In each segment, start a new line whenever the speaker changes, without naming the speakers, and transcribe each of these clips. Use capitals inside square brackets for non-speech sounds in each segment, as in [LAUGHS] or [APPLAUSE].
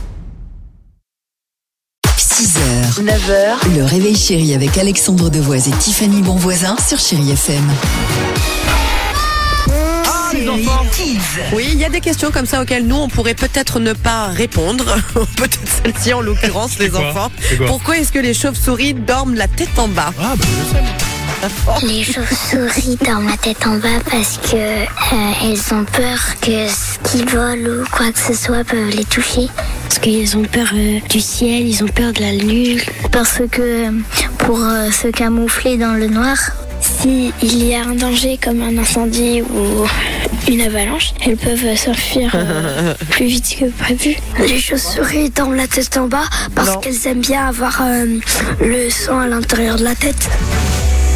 6h, 9h, le réveil chéri avec Alexandre Devoise et Tiffany Bonvoisin sur Chéri FM.
Ah, Oui, il y a des questions comme ça auxquelles nous, on pourrait peut-être ne pas répondre. [LAUGHS] peut-être celle-ci en l'occurrence, les
quoi
enfants.
C'est quoi
Pourquoi est-ce que les chauves-souris dorment la tête en bas
Ah, bah, je sais.
Les chauves-souris dorment la tête en bas parce que euh, elles ont peur que ce qui vole ou quoi que ce soit peuvent les toucher. Parce qu'ils ont peur euh, du ciel, ils ont peur de la lune. Parce que euh, pour euh, se camoufler dans le noir, si il y a un danger comme un incendie ou une avalanche, elles peuvent s'enfuir [LAUGHS] euh, plus vite que prévu. Les chauves-souris dorment la tête en bas
parce Non.
qu'elles aiment bien avoir euh, le sang à l'intérieur de la tête.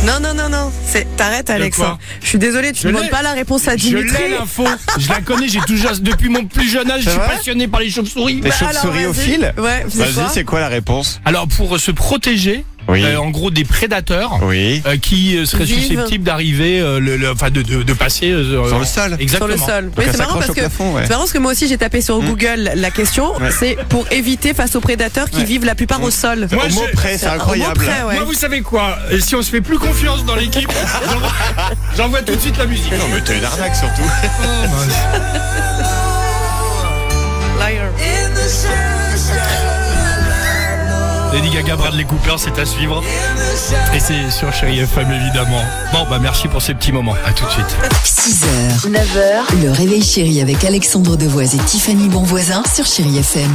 Non, non, non, non. C'est... T'arrêtes, Alex.
quoi
Je suis désolée, tu
Je
ne demandes
l'ai.
pas la réponse à
Je
Dimitri.
l'ai l'info. Je la connais, j'ai toujours depuis mon plus jeune âge, je suis passionné par les chauves-souris. Bah,
Les
Alors,
chauves-souris au
vas-y.
fil
Ouais, c'est quoi
Vas-y, c'est quoi la réponse
Alors pour euh, se protéger,
Oui.
euh, en gros des prédateurs
Oui.
euh, qui euh, seraient
Vivent.
susceptibles d'arriver, euh, le, le- enfin de, de, de passer euh,
Sur
en-
le sol.
sur
Exactement.
le sol.
elles
c'est marrant
s'accrochent
parce
au
que
plafond, ouais. Hmm.
c'est marrant parce que moi aussi j'ai tapé sur Google la question.
Ouais. Hmm.
C'est pour éviter face aux prédateurs qui vivent la plupart au sol.
Moi,
Au
je-
mot près, c'est
au mot
incroyable.
près, ouais.
Moi, vous savez quoi Euh, Si on se fait plus confiance dans l'équipe, [LAUGHS] j'envoie- j'envoie tout de suite la musique.
Non, mais t'es une arnaque surtout.
Liar.
Lady Gaga, Bradley Cooper, c'est à suivre. Et c'est sur Chéri FM, évidemment. Bon, bah merci pour ces petits moments. À tout de suite.
6h, 9h, le réveil chéri avec Alexandre Devoise et Tiffany Bonvoisin sur Chéri FM.